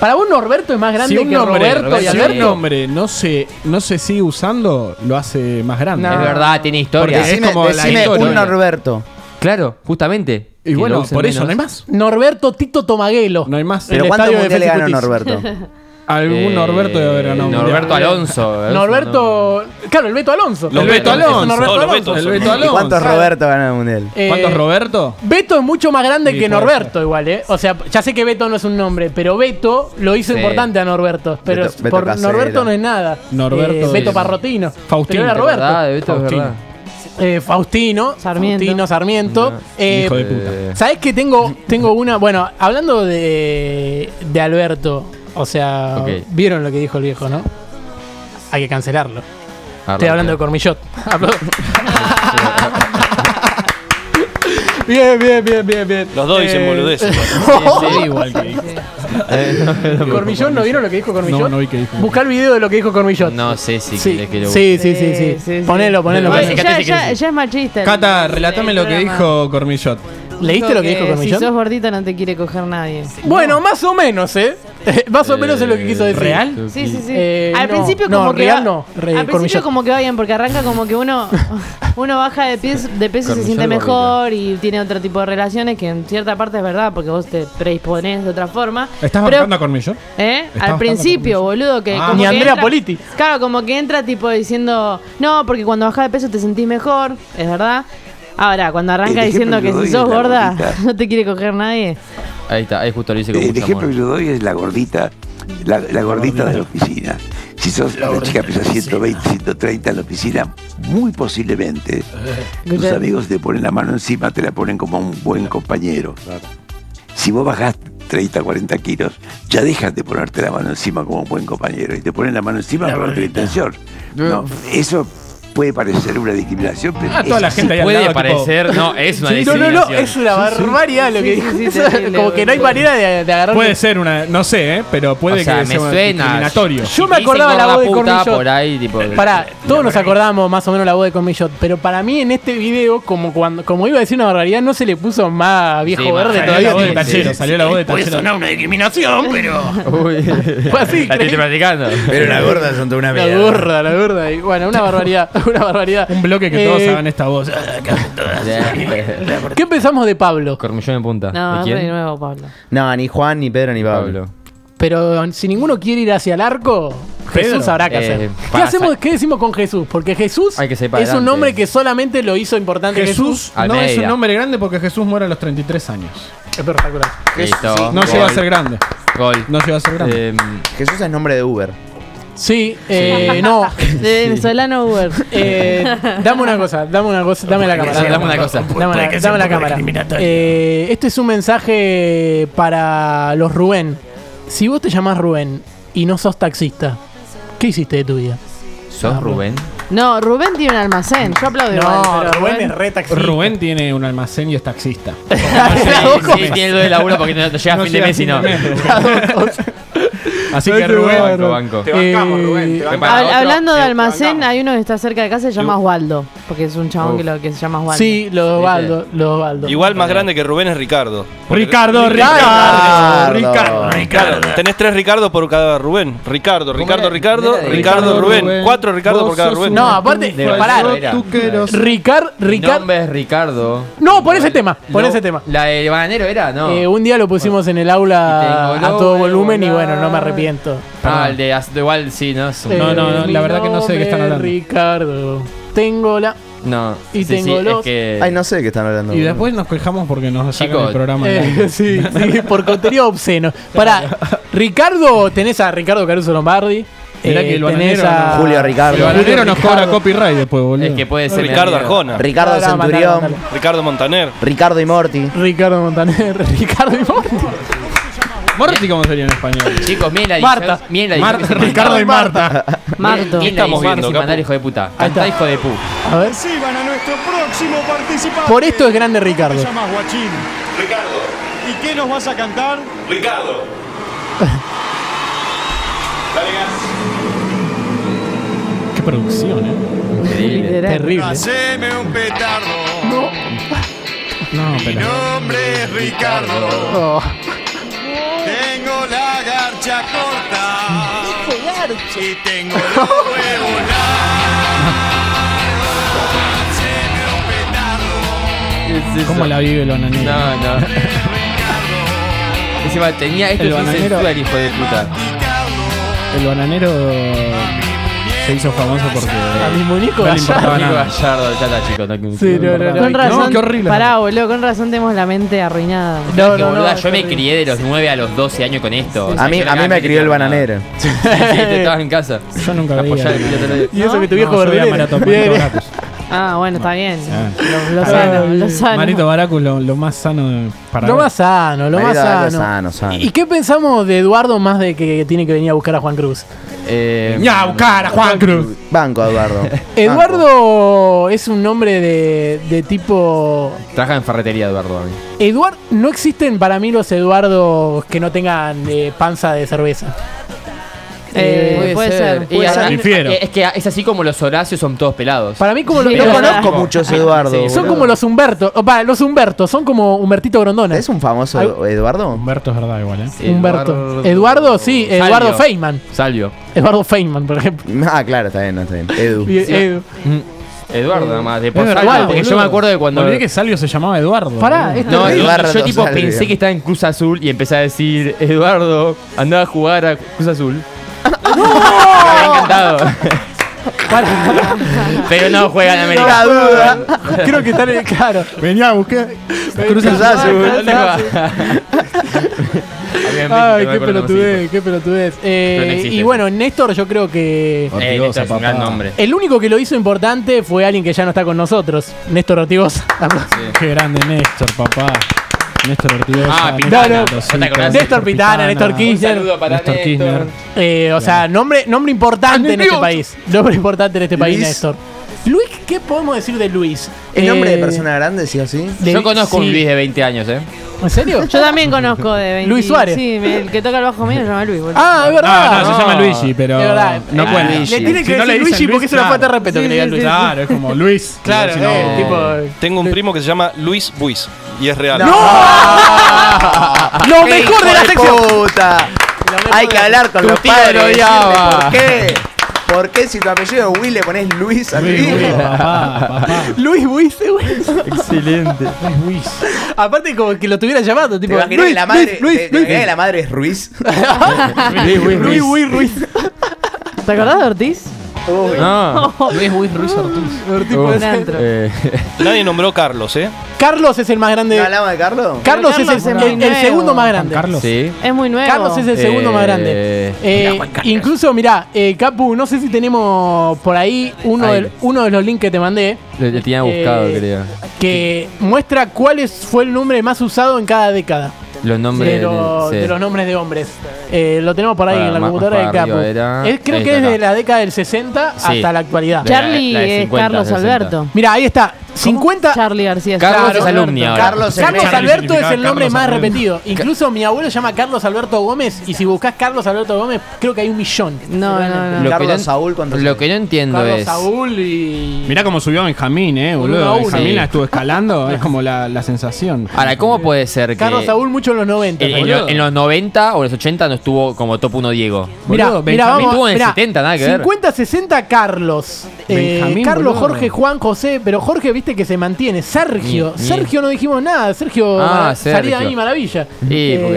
[SPEAKER 1] Para vos Norberto es más grande
[SPEAKER 6] Si un
[SPEAKER 1] que
[SPEAKER 6] nombre,
[SPEAKER 1] Roberto y
[SPEAKER 6] si
[SPEAKER 1] Alberto.
[SPEAKER 6] un nombre no se, no se sigue usando, lo hace más grande.
[SPEAKER 3] Es verdad, tiene historia.
[SPEAKER 6] Porque
[SPEAKER 3] Es
[SPEAKER 2] Decime,
[SPEAKER 6] como la
[SPEAKER 2] decime
[SPEAKER 6] historia.
[SPEAKER 2] un Norberto.
[SPEAKER 3] Claro, justamente.
[SPEAKER 6] Y
[SPEAKER 3] Que lo
[SPEAKER 6] bueno,
[SPEAKER 3] usen
[SPEAKER 6] por eso no hay
[SPEAKER 3] menos.
[SPEAKER 6] más.
[SPEAKER 1] Norberto Tito Tomaguelo.
[SPEAKER 6] No hay más.
[SPEAKER 2] Pero
[SPEAKER 1] El
[SPEAKER 2] ¿cuántos
[SPEAKER 1] estadio de
[SPEAKER 2] mundiales ganó
[SPEAKER 1] Fesicutis.
[SPEAKER 2] Norberto?
[SPEAKER 6] Algún
[SPEAKER 3] Eh,
[SPEAKER 6] Norberto debe haber ganado. un
[SPEAKER 3] Norberto
[SPEAKER 6] mundial.
[SPEAKER 3] Alonso. eh,
[SPEAKER 1] Norberto... Claro, el Beto Alonso.
[SPEAKER 5] Los
[SPEAKER 6] El
[SPEAKER 5] Beto
[SPEAKER 6] Beto Alonso.
[SPEAKER 5] Todos los Betos
[SPEAKER 6] El
[SPEAKER 5] son.
[SPEAKER 6] Beto
[SPEAKER 2] ¿Y
[SPEAKER 6] Alonso.
[SPEAKER 2] cuántos Roberto ganó el mundial?
[SPEAKER 1] Eh,
[SPEAKER 6] ¿Cuántos Roberto?
[SPEAKER 1] Beto es mucho más grande
[SPEAKER 6] Sí,
[SPEAKER 1] que
[SPEAKER 6] puede
[SPEAKER 1] Norberto
[SPEAKER 6] ser.
[SPEAKER 1] igual, ¿eh? O sea, ya sé que Beto no es un nombre, pero Beto lo hizo
[SPEAKER 3] Sí.
[SPEAKER 1] importante a Norberto. Pero
[SPEAKER 2] Beto- Beto
[SPEAKER 1] por
[SPEAKER 2] Casero.
[SPEAKER 1] Norberto no es nada.
[SPEAKER 6] Norberto
[SPEAKER 1] Eh, Beto
[SPEAKER 6] es-
[SPEAKER 1] Parrotino. Pero
[SPEAKER 6] Faustino,
[SPEAKER 1] era
[SPEAKER 6] ¿te
[SPEAKER 3] Es verdad,
[SPEAKER 1] Roberto.
[SPEAKER 3] Beto, es
[SPEAKER 6] Faustino.
[SPEAKER 3] verdad.
[SPEAKER 1] Eh, Faustino.
[SPEAKER 4] Sarmiento.
[SPEAKER 1] Faustino Sarmiento. Eh,
[SPEAKER 6] Hijo de puta.
[SPEAKER 1] ¿Sabés que tengo, tengo una? Bueno, hablando de, de Alberto, o sea,
[SPEAKER 3] Ok.
[SPEAKER 1] vieron lo que dijo el viejo, ¿no? Hay que cancelarlo. Estoy
[SPEAKER 3] Arranca.
[SPEAKER 1] hablando de Cormillot. Aplaudo. bien, bien, bien, bien, bien.
[SPEAKER 5] Los dos dicen boludeces.
[SPEAKER 3] Eh,
[SPEAKER 1] Cormillot, ¿no vieron lo que dijo Cormillot?
[SPEAKER 6] No, no vi qué dijo.
[SPEAKER 1] Buscá el video de lo que dijo Cormillot.
[SPEAKER 3] No sé si
[SPEAKER 1] Sí.
[SPEAKER 3] querés que lo
[SPEAKER 1] Sí, sí, sí, sí.
[SPEAKER 4] Sí, sí, sí.
[SPEAKER 1] Ponelo, ponelo.
[SPEAKER 3] Bueno,
[SPEAKER 1] ponelo.
[SPEAKER 3] Cata,
[SPEAKER 4] ya,
[SPEAKER 3] sí que
[SPEAKER 4] ya-
[SPEAKER 3] sí.
[SPEAKER 4] ya es machista. el-
[SPEAKER 6] Cata, relatame
[SPEAKER 4] el
[SPEAKER 6] lo que
[SPEAKER 4] programa.
[SPEAKER 6] dijo Cormillot.
[SPEAKER 1] ¿Leíste lo que dijo
[SPEAKER 4] Si
[SPEAKER 1] Cormillot?
[SPEAKER 4] sos gordito no te quiere coger nadie.
[SPEAKER 1] Bueno, más o menos, ¿eh? más o menos es lo que quiso decir.
[SPEAKER 3] ¿Real?
[SPEAKER 4] Sí, sí, sí.
[SPEAKER 1] Eh,
[SPEAKER 4] al
[SPEAKER 1] no,
[SPEAKER 4] principio
[SPEAKER 1] no,
[SPEAKER 4] como que
[SPEAKER 1] real
[SPEAKER 4] va-
[SPEAKER 1] no, re-
[SPEAKER 4] al principio
[SPEAKER 1] Cormillot.
[SPEAKER 4] como que va bien porque arranca como que uno uno baja de pies- de peso y se
[SPEAKER 3] Cormillot
[SPEAKER 4] siente
[SPEAKER 3] gordito.
[SPEAKER 4] mejor y tiene otro tipo de relaciones que en cierta parte es verdad porque vos te predisponés de otra forma.
[SPEAKER 6] ¿Estás
[SPEAKER 4] Pero-
[SPEAKER 6] marcando a Cormillot?
[SPEAKER 4] ¿Eh?
[SPEAKER 6] Estaba
[SPEAKER 4] Al
[SPEAKER 6] bastante
[SPEAKER 4] principio, boludo, que...
[SPEAKER 6] Ah.
[SPEAKER 4] como
[SPEAKER 1] Ni
[SPEAKER 4] que
[SPEAKER 1] Andrea
[SPEAKER 4] entra-
[SPEAKER 1] Politi.
[SPEAKER 4] Claro, como que entra tipo diciendo, no, porque cuando bajas de peso te sentís mejor, es verdad. Ahora, cuando arranca
[SPEAKER 9] El ejemplo
[SPEAKER 4] diciendo que
[SPEAKER 9] Eh, que
[SPEAKER 4] si
[SPEAKER 9] doy
[SPEAKER 4] sos
[SPEAKER 9] es la
[SPEAKER 4] gorda,
[SPEAKER 9] gordita.
[SPEAKER 4] no te quiere coger nadie.
[SPEAKER 3] Ahí está, ahí justo lo hice con
[SPEAKER 6] Eh,
[SPEAKER 9] El
[SPEAKER 3] mucho
[SPEAKER 9] ejemplo que
[SPEAKER 3] amor.
[SPEAKER 9] yo doy es la gordita, la, la gordita de la oficina. Si sos la chica que pesa 120, 130 en la oficina, muy posiblemente tus
[SPEAKER 4] Claro.
[SPEAKER 9] amigos te ponen la mano encima, te la ponen como un buen compañero. Si vos bajás 30, 40 kilos, ya dejas de ponerte la mano encima como un buen compañero y te ponen la mano encima con otra intención. No, eso puede parecer una discriminación, pero
[SPEAKER 6] Ah,
[SPEAKER 9] es
[SPEAKER 6] toda la
[SPEAKER 9] así.
[SPEAKER 6] gente ahí al
[SPEAKER 3] Puede
[SPEAKER 6] lado, tipo,
[SPEAKER 3] parecer, no, es una
[SPEAKER 1] no, no, no,
[SPEAKER 3] discriminación.
[SPEAKER 1] es una barbaridad lo que
[SPEAKER 4] Sí, sí, sí,
[SPEAKER 1] dijo. Eso es
[SPEAKER 4] terrible,
[SPEAKER 1] como que no hay
[SPEAKER 4] boludo.
[SPEAKER 1] manera de, de agarrar.
[SPEAKER 6] puede ser una, no sé, ¿eh? pero puede
[SPEAKER 3] o sea,
[SPEAKER 6] que
[SPEAKER 3] me
[SPEAKER 6] sea un
[SPEAKER 3] suena.
[SPEAKER 6] discriminatorio.
[SPEAKER 1] Yo me acordaba
[SPEAKER 3] Dicen
[SPEAKER 1] la
[SPEAKER 3] gorda
[SPEAKER 1] voz de
[SPEAKER 3] puta
[SPEAKER 1] Cornillot.
[SPEAKER 3] por ahí, tipo.
[SPEAKER 1] Pará, todos nos acordamos más o menos la voz de Comillot, pero para mí en este video, como cuando, como iba a decir una barbaridad, no se le puso más viejo
[SPEAKER 3] Sí, más
[SPEAKER 1] verde todavía.
[SPEAKER 3] allá
[SPEAKER 6] Salió la voz de
[SPEAKER 1] tipo,
[SPEAKER 6] tachero, salió la voz de
[SPEAKER 7] Puede
[SPEAKER 6] tachero.
[SPEAKER 7] sonar una discriminación, pero.
[SPEAKER 3] Uy.
[SPEAKER 1] Fue así,
[SPEAKER 3] La estoy
[SPEAKER 1] creí.
[SPEAKER 3] practicando.
[SPEAKER 2] Pero las gordas son toda una
[SPEAKER 1] La
[SPEAKER 2] mierda.
[SPEAKER 1] gorda, la gorda. Y bueno, una barbaridad, una barbaridad.
[SPEAKER 6] Un bloque que todos
[SPEAKER 1] Eh,
[SPEAKER 6] hagan esta voz.
[SPEAKER 1] ¿Qué pensamos de Pablo?
[SPEAKER 3] Cormillón en punta.
[SPEAKER 4] No,
[SPEAKER 3] ¿De
[SPEAKER 4] es
[SPEAKER 3] quién?
[SPEAKER 4] de nuevo, Pablo.
[SPEAKER 2] No, ni Juan, ni Pedro, ni Pablo.
[SPEAKER 3] Pablo.
[SPEAKER 1] Pero si ninguno quiere ir hacia el arco,
[SPEAKER 6] Pedro.
[SPEAKER 1] Jesús sabrá qué hacer.
[SPEAKER 3] Eh,
[SPEAKER 1] ¿Qué,
[SPEAKER 3] para-
[SPEAKER 1] hacemos, ¿Qué decimos con Jesús? Porque Jesús
[SPEAKER 3] Hay que seguir para
[SPEAKER 1] es un
[SPEAKER 3] adelante.
[SPEAKER 1] nombre que solamente lo hizo importante
[SPEAKER 6] Jesús no
[SPEAKER 3] Almeida.
[SPEAKER 6] es un nombre grande porque Jesús muere a los 33 años.
[SPEAKER 1] Espectacular.
[SPEAKER 3] Listo.
[SPEAKER 6] No
[SPEAKER 3] Gol.
[SPEAKER 6] llegó a ser grande.
[SPEAKER 3] Gol.
[SPEAKER 6] No llegó a ser grande.
[SPEAKER 3] Em,
[SPEAKER 2] Jesús es nombre de Uber.
[SPEAKER 1] Sí, eh, no.
[SPEAKER 4] De venezolano Uber.
[SPEAKER 1] Eh, dame una cosa, dame una cosa, dame la cámara.
[SPEAKER 3] dame una cosa.
[SPEAKER 1] Dame la, dame la cámara. Eh, este es un mensaje para los Rubén. Si vos te llamás Rubén y no sos taxista, ¿qué hiciste de tu vida?
[SPEAKER 3] ¿Sos Rubén?
[SPEAKER 4] No, Rubén tiene un almacén. Yo aplaudo igual. pero
[SPEAKER 1] re taxista.
[SPEAKER 6] Eh, Rubén tiene un almacén y es taxista.
[SPEAKER 3] sí, tiene lo de laburo porque no te llega a fin de
[SPEAKER 6] llega
[SPEAKER 3] mes y
[SPEAKER 6] a
[SPEAKER 3] no.
[SPEAKER 6] fin de mes. Así que Rubén.
[SPEAKER 3] Banco, banco.
[SPEAKER 1] Te bancamos, Rubén.
[SPEAKER 3] Fue para
[SPEAKER 4] Hab-
[SPEAKER 3] otro.
[SPEAKER 4] hablando de almacén, hay uno que está cerca de casa, se llama Osvaldo. Porque es un chabón
[SPEAKER 3] Uf.
[SPEAKER 4] que, lo, que se llama Osvaldo.
[SPEAKER 1] Sí, los Osvaldo, los Osvaldo.
[SPEAKER 5] Igual más grande que Rubén es Ricardo. Porque-
[SPEAKER 6] Ricardo,
[SPEAKER 1] Ah,
[SPEAKER 6] Ricardo, Ricardo.
[SPEAKER 5] Claro, tenés tres Ricardo por cada Rubén. Ricardo, Ricardo,
[SPEAKER 3] era?
[SPEAKER 5] Ricardo,
[SPEAKER 3] Era
[SPEAKER 5] Ricardo,
[SPEAKER 3] Ricardo,
[SPEAKER 5] Rubén. Cuatro Ricardo por cada
[SPEAKER 6] Vos sos
[SPEAKER 5] Rubén.
[SPEAKER 1] No,
[SPEAKER 6] una
[SPEAKER 1] aparte,
[SPEAKER 6] tuca,
[SPEAKER 1] pará.
[SPEAKER 6] yo tuquero.
[SPEAKER 1] Ricard,
[SPEAKER 3] Mi
[SPEAKER 1] Ricard.
[SPEAKER 3] nombre es Ricardo.
[SPEAKER 1] No, por ese tema, por
[SPEAKER 3] Lo-
[SPEAKER 1] ese tema.
[SPEAKER 3] La de Banero era, ¿no?
[SPEAKER 1] Eh, un día lo pusimos en el
[SPEAKER 3] Y
[SPEAKER 1] aula
[SPEAKER 3] tengo
[SPEAKER 1] a todo
[SPEAKER 3] novio,
[SPEAKER 1] volumen y
[SPEAKER 3] hola.
[SPEAKER 1] bueno, no me arrepiento.
[SPEAKER 3] ah, el de Az- de igual sí, ¿no? Es un-
[SPEAKER 6] No, no, no,
[SPEAKER 1] Eh, mi
[SPEAKER 6] la verdad que no sé de qué están
[SPEAKER 1] nombre es Ricardo, tengo la.
[SPEAKER 3] No.
[SPEAKER 1] Y
[SPEAKER 3] sí,
[SPEAKER 1] tengo
[SPEAKER 3] sí,
[SPEAKER 1] los-
[SPEAKER 3] Es que...
[SPEAKER 2] Ay, no sé de qué están hablando.
[SPEAKER 6] Y después nos quejamos porque nos sacan
[SPEAKER 3] Chicos,
[SPEAKER 6] el programa. de
[SPEAKER 1] Eh, sí, sí, por contenido obsceno. Pará, Ricardo, tenés a Ricardo Caruso Lombardi. eh,
[SPEAKER 6] Mirá que el bananero no-
[SPEAKER 2] Julio Ricardo.
[SPEAKER 6] El bananero nos cobra copyright después, boludo.
[SPEAKER 3] Es que puede ser.
[SPEAKER 5] Ricardo
[SPEAKER 3] mentira.
[SPEAKER 5] Arjona.
[SPEAKER 2] Ricardo
[SPEAKER 1] Ahora, mandale,
[SPEAKER 2] Centurión,
[SPEAKER 1] mandale.
[SPEAKER 5] Ricardo Montaner.
[SPEAKER 2] Ricardo y Morty.
[SPEAKER 1] Ricardo Montaner, Ricardo y Morty.
[SPEAKER 6] Morty, ¿cómo sería en español?
[SPEAKER 3] Chicos, miren la
[SPEAKER 1] Marta.
[SPEAKER 3] diferencia- Miren la
[SPEAKER 6] Mar-
[SPEAKER 3] diferencia que se
[SPEAKER 6] Ricardo y Marta.
[SPEAKER 3] mandaron.
[SPEAKER 4] Marto.
[SPEAKER 3] Miren la
[SPEAKER 5] estamos
[SPEAKER 3] diferencia que
[SPEAKER 5] viendo,
[SPEAKER 3] se
[SPEAKER 5] capo?
[SPEAKER 3] mandaron, hijo de puta.
[SPEAKER 1] Ahí está.
[SPEAKER 3] Cantá, hijo de pu.
[SPEAKER 1] A ver.
[SPEAKER 7] Reciban a nuestro próximo participante.
[SPEAKER 1] Por esto es grande Ricardo.
[SPEAKER 7] Te llamas Guachín. Ricardo. ¿Y qué nos vas a cantar? Ricardo.
[SPEAKER 6] Qué producción, eh.
[SPEAKER 3] Increíble.
[SPEAKER 4] Literal.
[SPEAKER 1] Terrible.
[SPEAKER 7] Haceme un petardo.
[SPEAKER 6] No, pero.
[SPEAKER 7] nombre es Ricardo.
[SPEAKER 1] Oh.
[SPEAKER 7] Tengo la garcha corta. Y tengo los huevos
[SPEAKER 3] ¿Qué es
[SPEAKER 6] ¿Cómo
[SPEAKER 3] eso?
[SPEAKER 6] la vive el bananero?
[SPEAKER 3] No, no. Encima tenía esto
[SPEAKER 6] El
[SPEAKER 3] sin
[SPEAKER 6] bananero-
[SPEAKER 3] censura, el hijo de puta.
[SPEAKER 6] El bananero se hizo famoso porque.
[SPEAKER 1] A mi muñeco
[SPEAKER 6] No le
[SPEAKER 1] Gallardo.
[SPEAKER 6] importaba
[SPEAKER 3] Amigo
[SPEAKER 6] nada.
[SPEAKER 3] Gallardo, ya está, chicos. No,
[SPEAKER 1] Sí, no, no, no.
[SPEAKER 4] Con razón.
[SPEAKER 6] qué horrible.
[SPEAKER 4] Pará, boludo, con razón tenemos la mente arruinada.
[SPEAKER 1] No,
[SPEAKER 3] Que
[SPEAKER 1] no,
[SPEAKER 3] boluda,
[SPEAKER 1] no,
[SPEAKER 3] yo me
[SPEAKER 1] terrible.
[SPEAKER 3] crié de los 9 a los 12 años con esto. O sea,
[SPEAKER 2] A mí,
[SPEAKER 3] yo no
[SPEAKER 2] a mí me
[SPEAKER 3] había
[SPEAKER 2] crió el
[SPEAKER 3] terminado.
[SPEAKER 2] bananero.
[SPEAKER 3] Sí, te estabas en casa.
[SPEAKER 6] Yo nunca vi.
[SPEAKER 3] Apoyar el piloto de-
[SPEAKER 1] Y eso que tu
[SPEAKER 6] No,
[SPEAKER 1] viejo
[SPEAKER 6] yo vi a
[SPEAKER 1] verdulero.
[SPEAKER 6] Marato-
[SPEAKER 1] Bien.
[SPEAKER 6] Marito Baracus.
[SPEAKER 4] Ah, bueno, está bien.
[SPEAKER 6] Ah.
[SPEAKER 4] Lo
[SPEAKER 6] Ah,
[SPEAKER 4] sano,
[SPEAKER 1] bien.
[SPEAKER 4] lo sano.
[SPEAKER 6] Marito Baracus, lo, lo más sano de- para.
[SPEAKER 1] Lo
[SPEAKER 6] ver.
[SPEAKER 1] más sano, lo más
[SPEAKER 2] Marido, algo
[SPEAKER 1] sano.
[SPEAKER 2] sano, sano.
[SPEAKER 1] ¿Y qué pensamos de Eduardo más de que tiene que venir a buscar a Juan Cruz?
[SPEAKER 3] Eh,
[SPEAKER 6] ¡Ñau, cara, Juan Cruz!
[SPEAKER 2] Banco, Eduardo.
[SPEAKER 1] Eduardo es un nombre de, de tipo.
[SPEAKER 3] Trabaja en ferretería, Eduardo. a mí.
[SPEAKER 1] Eduardo. No existen para mí los Eduardos que no tengan eh, panza de cerveza.
[SPEAKER 4] Eh, puede, ser.
[SPEAKER 3] Y además-
[SPEAKER 6] Difiero.
[SPEAKER 3] eh, Es que es así como los Horacios son todos pelados.
[SPEAKER 1] Para mí, como los.
[SPEAKER 2] No
[SPEAKER 4] Pero-
[SPEAKER 2] conozco muchos Eduardo.
[SPEAKER 3] Sí,
[SPEAKER 1] son
[SPEAKER 2] boludo.
[SPEAKER 1] como los Humberto. o, para, los Humberto, son como Humbertito Grondona.
[SPEAKER 2] ¿Es un famoso
[SPEAKER 1] Algo-
[SPEAKER 2] Eduardo?
[SPEAKER 6] Humberto es verdad, igual, ¿eh?
[SPEAKER 1] Humberto. Eduardo, sí, Eduardo Feynman.
[SPEAKER 3] Salvio.
[SPEAKER 1] Eduardo Feynman, por ejemplo.
[SPEAKER 2] Ah, claro, está bien, no, está bien. Edu.
[SPEAKER 1] Y- eh,
[SPEAKER 3] Sí.
[SPEAKER 1] Edu.
[SPEAKER 3] Eduardo, nada más. De por
[SPEAKER 6] Es verdad,
[SPEAKER 3] Salvio, Eh, porque
[SPEAKER 6] boludo.
[SPEAKER 3] yo me acuerdo de cuando.
[SPEAKER 6] Olvidé que Salvio se llamaba Eduardo.
[SPEAKER 1] Pará,
[SPEAKER 6] boludo.
[SPEAKER 1] es
[SPEAKER 3] No,
[SPEAKER 1] terrible.
[SPEAKER 3] y-
[SPEAKER 2] Eduardo
[SPEAKER 3] yo tipo
[SPEAKER 2] Salvio.
[SPEAKER 3] pensé que estaba en Cruz Azul y empecé a decir, Eduardo, andá a jugar a Cruz Azul. ¡No! Me había encantado. Pero no juega en América.
[SPEAKER 1] duda. Creo que está en el claro.
[SPEAKER 6] Venía a buscar.
[SPEAKER 3] ¿Dónde juega? Había en México,
[SPEAKER 1] Ay,
[SPEAKER 3] no me
[SPEAKER 1] qué
[SPEAKER 3] acuerdo cómo se
[SPEAKER 1] pelotudez, qué pelotudez. Eh,
[SPEAKER 3] Pero no existe
[SPEAKER 1] y
[SPEAKER 3] eso.
[SPEAKER 1] bueno, Néstor, yo creo que.
[SPEAKER 3] dijo. Eh, Néstor es un gran nombre.
[SPEAKER 1] El único que lo hizo importante fue alguien que ya no está con nosotros, Néstor Ortigosa.
[SPEAKER 6] Qué grande Néstor, papá. Néstor Ortigosa.
[SPEAKER 3] Ah,
[SPEAKER 6] Néstor
[SPEAKER 3] Pitana.
[SPEAKER 1] No, no.
[SPEAKER 6] Mendoza,
[SPEAKER 3] ¿Te acordás?
[SPEAKER 1] Néstor Pitana, Néstor
[SPEAKER 3] Un
[SPEAKER 1] Kirchner.
[SPEAKER 3] saludo para
[SPEAKER 6] Néstor Kirchner.
[SPEAKER 3] Néstor.
[SPEAKER 1] Eh, o sea, nombre, nombre importante en este país. Nombre importante en este país,
[SPEAKER 2] Luis.
[SPEAKER 1] Néstor. Luis, ¿qué podemos decir de Luis?
[SPEAKER 2] ¿Es
[SPEAKER 1] Eh,
[SPEAKER 2] nombre de persona grande, sí o sí?
[SPEAKER 1] de-
[SPEAKER 3] Yo conozco
[SPEAKER 1] sí.
[SPEAKER 3] un Luis de 20 años, ¿eh?
[SPEAKER 1] ¿En serio?
[SPEAKER 4] Yo también conozco de 20.
[SPEAKER 1] Luis Suárez.
[SPEAKER 4] Sí, me- el que toca el bajo mío se llama Luis, boludo.
[SPEAKER 1] Ah, es verdad.
[SPEAKER 6] No, no, se llama
[SPEAKER 3] No.
[SPEAKER 6] Luigi, pero
[SPEAKER 1] Es verdad.
[SPEAKER 6] no
[SPEAKER 1] Eh,
[SPEAKER 6] cuenta.
[SPEAKER 1] Le
[SPEAKER 3] Luigi.
[SPEAKER 1] tienen que
[SPEAKER 6] Si no
[SPEAKER 1] decir
[SPEAKER 6] le dicen
[SPEAKER 1] Luigi porque es
[SPEAKER 6] Luis,
[SPEAKER 1] una falta de
[SPEAKER 6] claro.
[SPEAKER 1] respeto
[SPEAKER 4] Sí,
[SPEAKER 1] que le digan
[SPEAKER 4] sí,
[SPEAKER 1] Luis.
[SPEAKER 4] sí.
[SPEAKER 6] Claro, es como Luis.
[SPEAKER 1] Claro,
[SPEAKER 6] Digo, si no-
[SPEAKER 1] eh, tipo.
[SPEAKER 5] Tengo un primo que se llama Luis Buis y es real.
[SPEAKER 1] Lo mejor
[SPEAKER 2] ¡Qué
[SPEAKER 1] de
[SPEAKER 2] hijo
[SPEAKER 1] la sección.
[SPEAKER 2] puta! Hay que hablar con
[SPEAKER 3] Tu
[SPEAKER 2] los
[SPEAKER 3] tío
[SPEAKER 2] padres.
[SPEAKER 3] lo
[SPEAKER 2] y decirle
[SPEAKER 3] odiaba.
[SPEAKER 2] ¿Por qué? ¿Por qué si tu apellido es Will le pones Luis a tu
[SPEAKER 6] Luis, Luis,
[SPEAKER 2] hijo?
[SPEAKER 6] papá, papá.
[SPEAKER 1] Luis Luis, eh, güey.
[SPEAKER 6] Excelente. Luis, Luis.
[SPEAKER 1] Aparte, como que lo tuviera llamado,
[SPEAKER 2] ¿Te
[SPEAKER 1] tipo.
[SPEAKER 2] imaginas que la madre, te- te imaginas que la madre es Ruiz?
[SPEAKER 6] Luis, Luis,
[SPEAKER 1] Luis,
[SPEAKER 6] Luis.
[SPEAKER 1] Luis, Ruiz.
[SPEAKER 4] ¿Te acordás de Ortiz?
[SPEAKER 3] No.
[SPEAKER 1] Luis, Luis, Ruiz Ortiz.
[SPEAKER 3] Uh,
[SPEAKER 4] Un antro.
[SPEAKER 3] eh,
[SPEAKER 5] Nadie nombró Carlos, ¿eh?
[SPEAKER 1] Carlos es el más grande.
[SPEAKER 2] ¿No hablamos de Carlos?
[SPEAKER 1] Carlos,
[SPEAKER 4] Pero
[SPEAKER 1] es
[SPEAKER 4] Carlos
[SPEAKER 1] el,
[SPEAKER 4] es
[SPEAKER 1] el- el
[SPEAKER 4] nuevo.
[SPEAKER 1] segundo más
[SPEAKER 6] Juan
[SPEAKER 1] grande.
[SPEAKER 6] Carlos.
[SPEAKER 3] sí.
[SPEAKER 4] Es muy nuevo.
[SPEAKER 1] Carlos es el segundo
[SPEAKER 3] Eh,
[SPEAKER 1] más grande. Eh,
[SPEAKER 3] mirá, Juan Carlos.
[SPEAKER 1] incluso, mirá, eh, Capu, no sé si tenemos por ahí uno,
[SPEAKER 3] Ahí.
[SPEAKER 1] del- uno de los links que te mandé.
[SPEAKER 3] Lo lo tenía buscado,
[SPEAKER 1] eh,
[SPEAKER 3] creo.
[SPEAKER 1] Que muestra cuál es- fue el nombre más usado en cada década.
[SPEAKER 3] Los nombres.
[SPEAKER 1] De, los-
[SPEAKER 3] sí.
[SPEAKER 1] de los nombres de hombres. Eh, lo tenemos por ahí
[SPEAKER 3] Para-
[SPEAKER 1] en la
[SPEAKER 3] más-
[SPEAKER 1] computadora
[SPEAKER 3] más
[SPEAKER 1] de
[SPEAKER 3] para
[SPEAKER 1] Capu.
[SPEAKER 3] arriba era-
[SPEAKER 1] Es- creo
[SPEAKER 3] ahí
[SPEAKER 1] que es
[SPEAKER 3] está
[SPEAKER 1] de
[SPEAKER 3] acá.
[SPEAKER 1] la década del 60
[SPEAKER 3] Sí.
[SPEAKER 1] hasta la actualidad.
[SPEAKER 3] Ya.
[SPEAKER 4] Charlie
[SPEAKER 3] La- la de
[SPEAKER 4] es
[SPEAKER 3] 50,
[SPEAKER 4] Carlos
[SPEAKER 3] 60.
[SPEAKER 4] Alberto.
[SPEAKER 1] Mira, ahí está. 50.
[SPEAKER 4] Charlie García.
[SPEAKER 3] Carlos
[SPEAKER 1] Claro.
[SPEAKER 3] es alumni ahora.
[SPEAKER 2] Carlos
[SPEAKER 1] Carlos
[SPEAKER 2] Charlie
[SPEAKER 1] Alberto es el
[SPEAKER 6] significa
[SPEAKER 1] nombre
[SPEAKER 6] Carlos
[SPEAKER 1] más
[SPEAKER 6] Alberto.
[SPEAKER 1] repetido. Incluso mi abuelo se llama Carlos Alberto Gómez. Y si buscas Carlos Alberto Gómez, creo que hay un millón.
[SPEAKER 4] No, no, no.
[SPEAKER 3] Lo que
[SPEAKER 2] Carlos
[SPEAKER 3] no en-
[SPEAKER 2] Saúl, ¿cuántos
[SPEAKER 3] Lo
[SPEAKER 2] son?
[SPEAKER 3] que yo entiendo
[SPEAKER 1] Carlos
[SPEAKER 3] es.
[SPEAKER 1] Saúl y.
[SPEAKER 6] Mirá cómo subió Benjamín, eh,
[SPEAKER 1] Uno a
[SPEAKER 6] boludo.
[SPEAKER 1] uno.
[SPEAKER 6] Benjamín la
[SPEAKER 3] Sí.
[SPEAKER 6] estuvo escalando, es como la, la sensación.
[SPEAKER 3] Ahora, ¿cómo puede ser que.
[SPEAKER 1] Eh, Carlos Saúl mucho en los 90.
[SPEAKER 3] En, en
[SPEAKER 1] boludo.
[SPEAKER 3] lo- en los 90 o los 80 no estuvo como top 1 Diego.
[SPEAKER 1] Mirá,
[SPEAKER 6] Boludo,
[SPEAKER 1] mirá,
[SPEAKER 6] Benjamín
[SPEAKER 1] vamos,
[SPEAKER 3] estuvo en el
[SPEAKER 1] mirá,
[SPEAKER 3] 70, nada que ver.
[SPEAKER 1] 50, 60, Carlos. Eh,
[SPEAKER 6] Benjamín,
[SPEAKER 1] Carlos,
[SPEAKER 6] boludo.
[SPEAKER 1] Jorge, Juan, José. Pero Jorge, viste que se mantiene. Sergio.
[SPEAKER 3] Ni- ni-
[SPEAKER 1] Sergio no dijimos nada. Sergio,
[SPEAKER 3] Ah,
[SPEAKER 1] mara- salida
[SPEAKER 3] Sergio.
[SPEAKER 1] ahí, maravilla.
[SPEAKER 3] Sí, porque.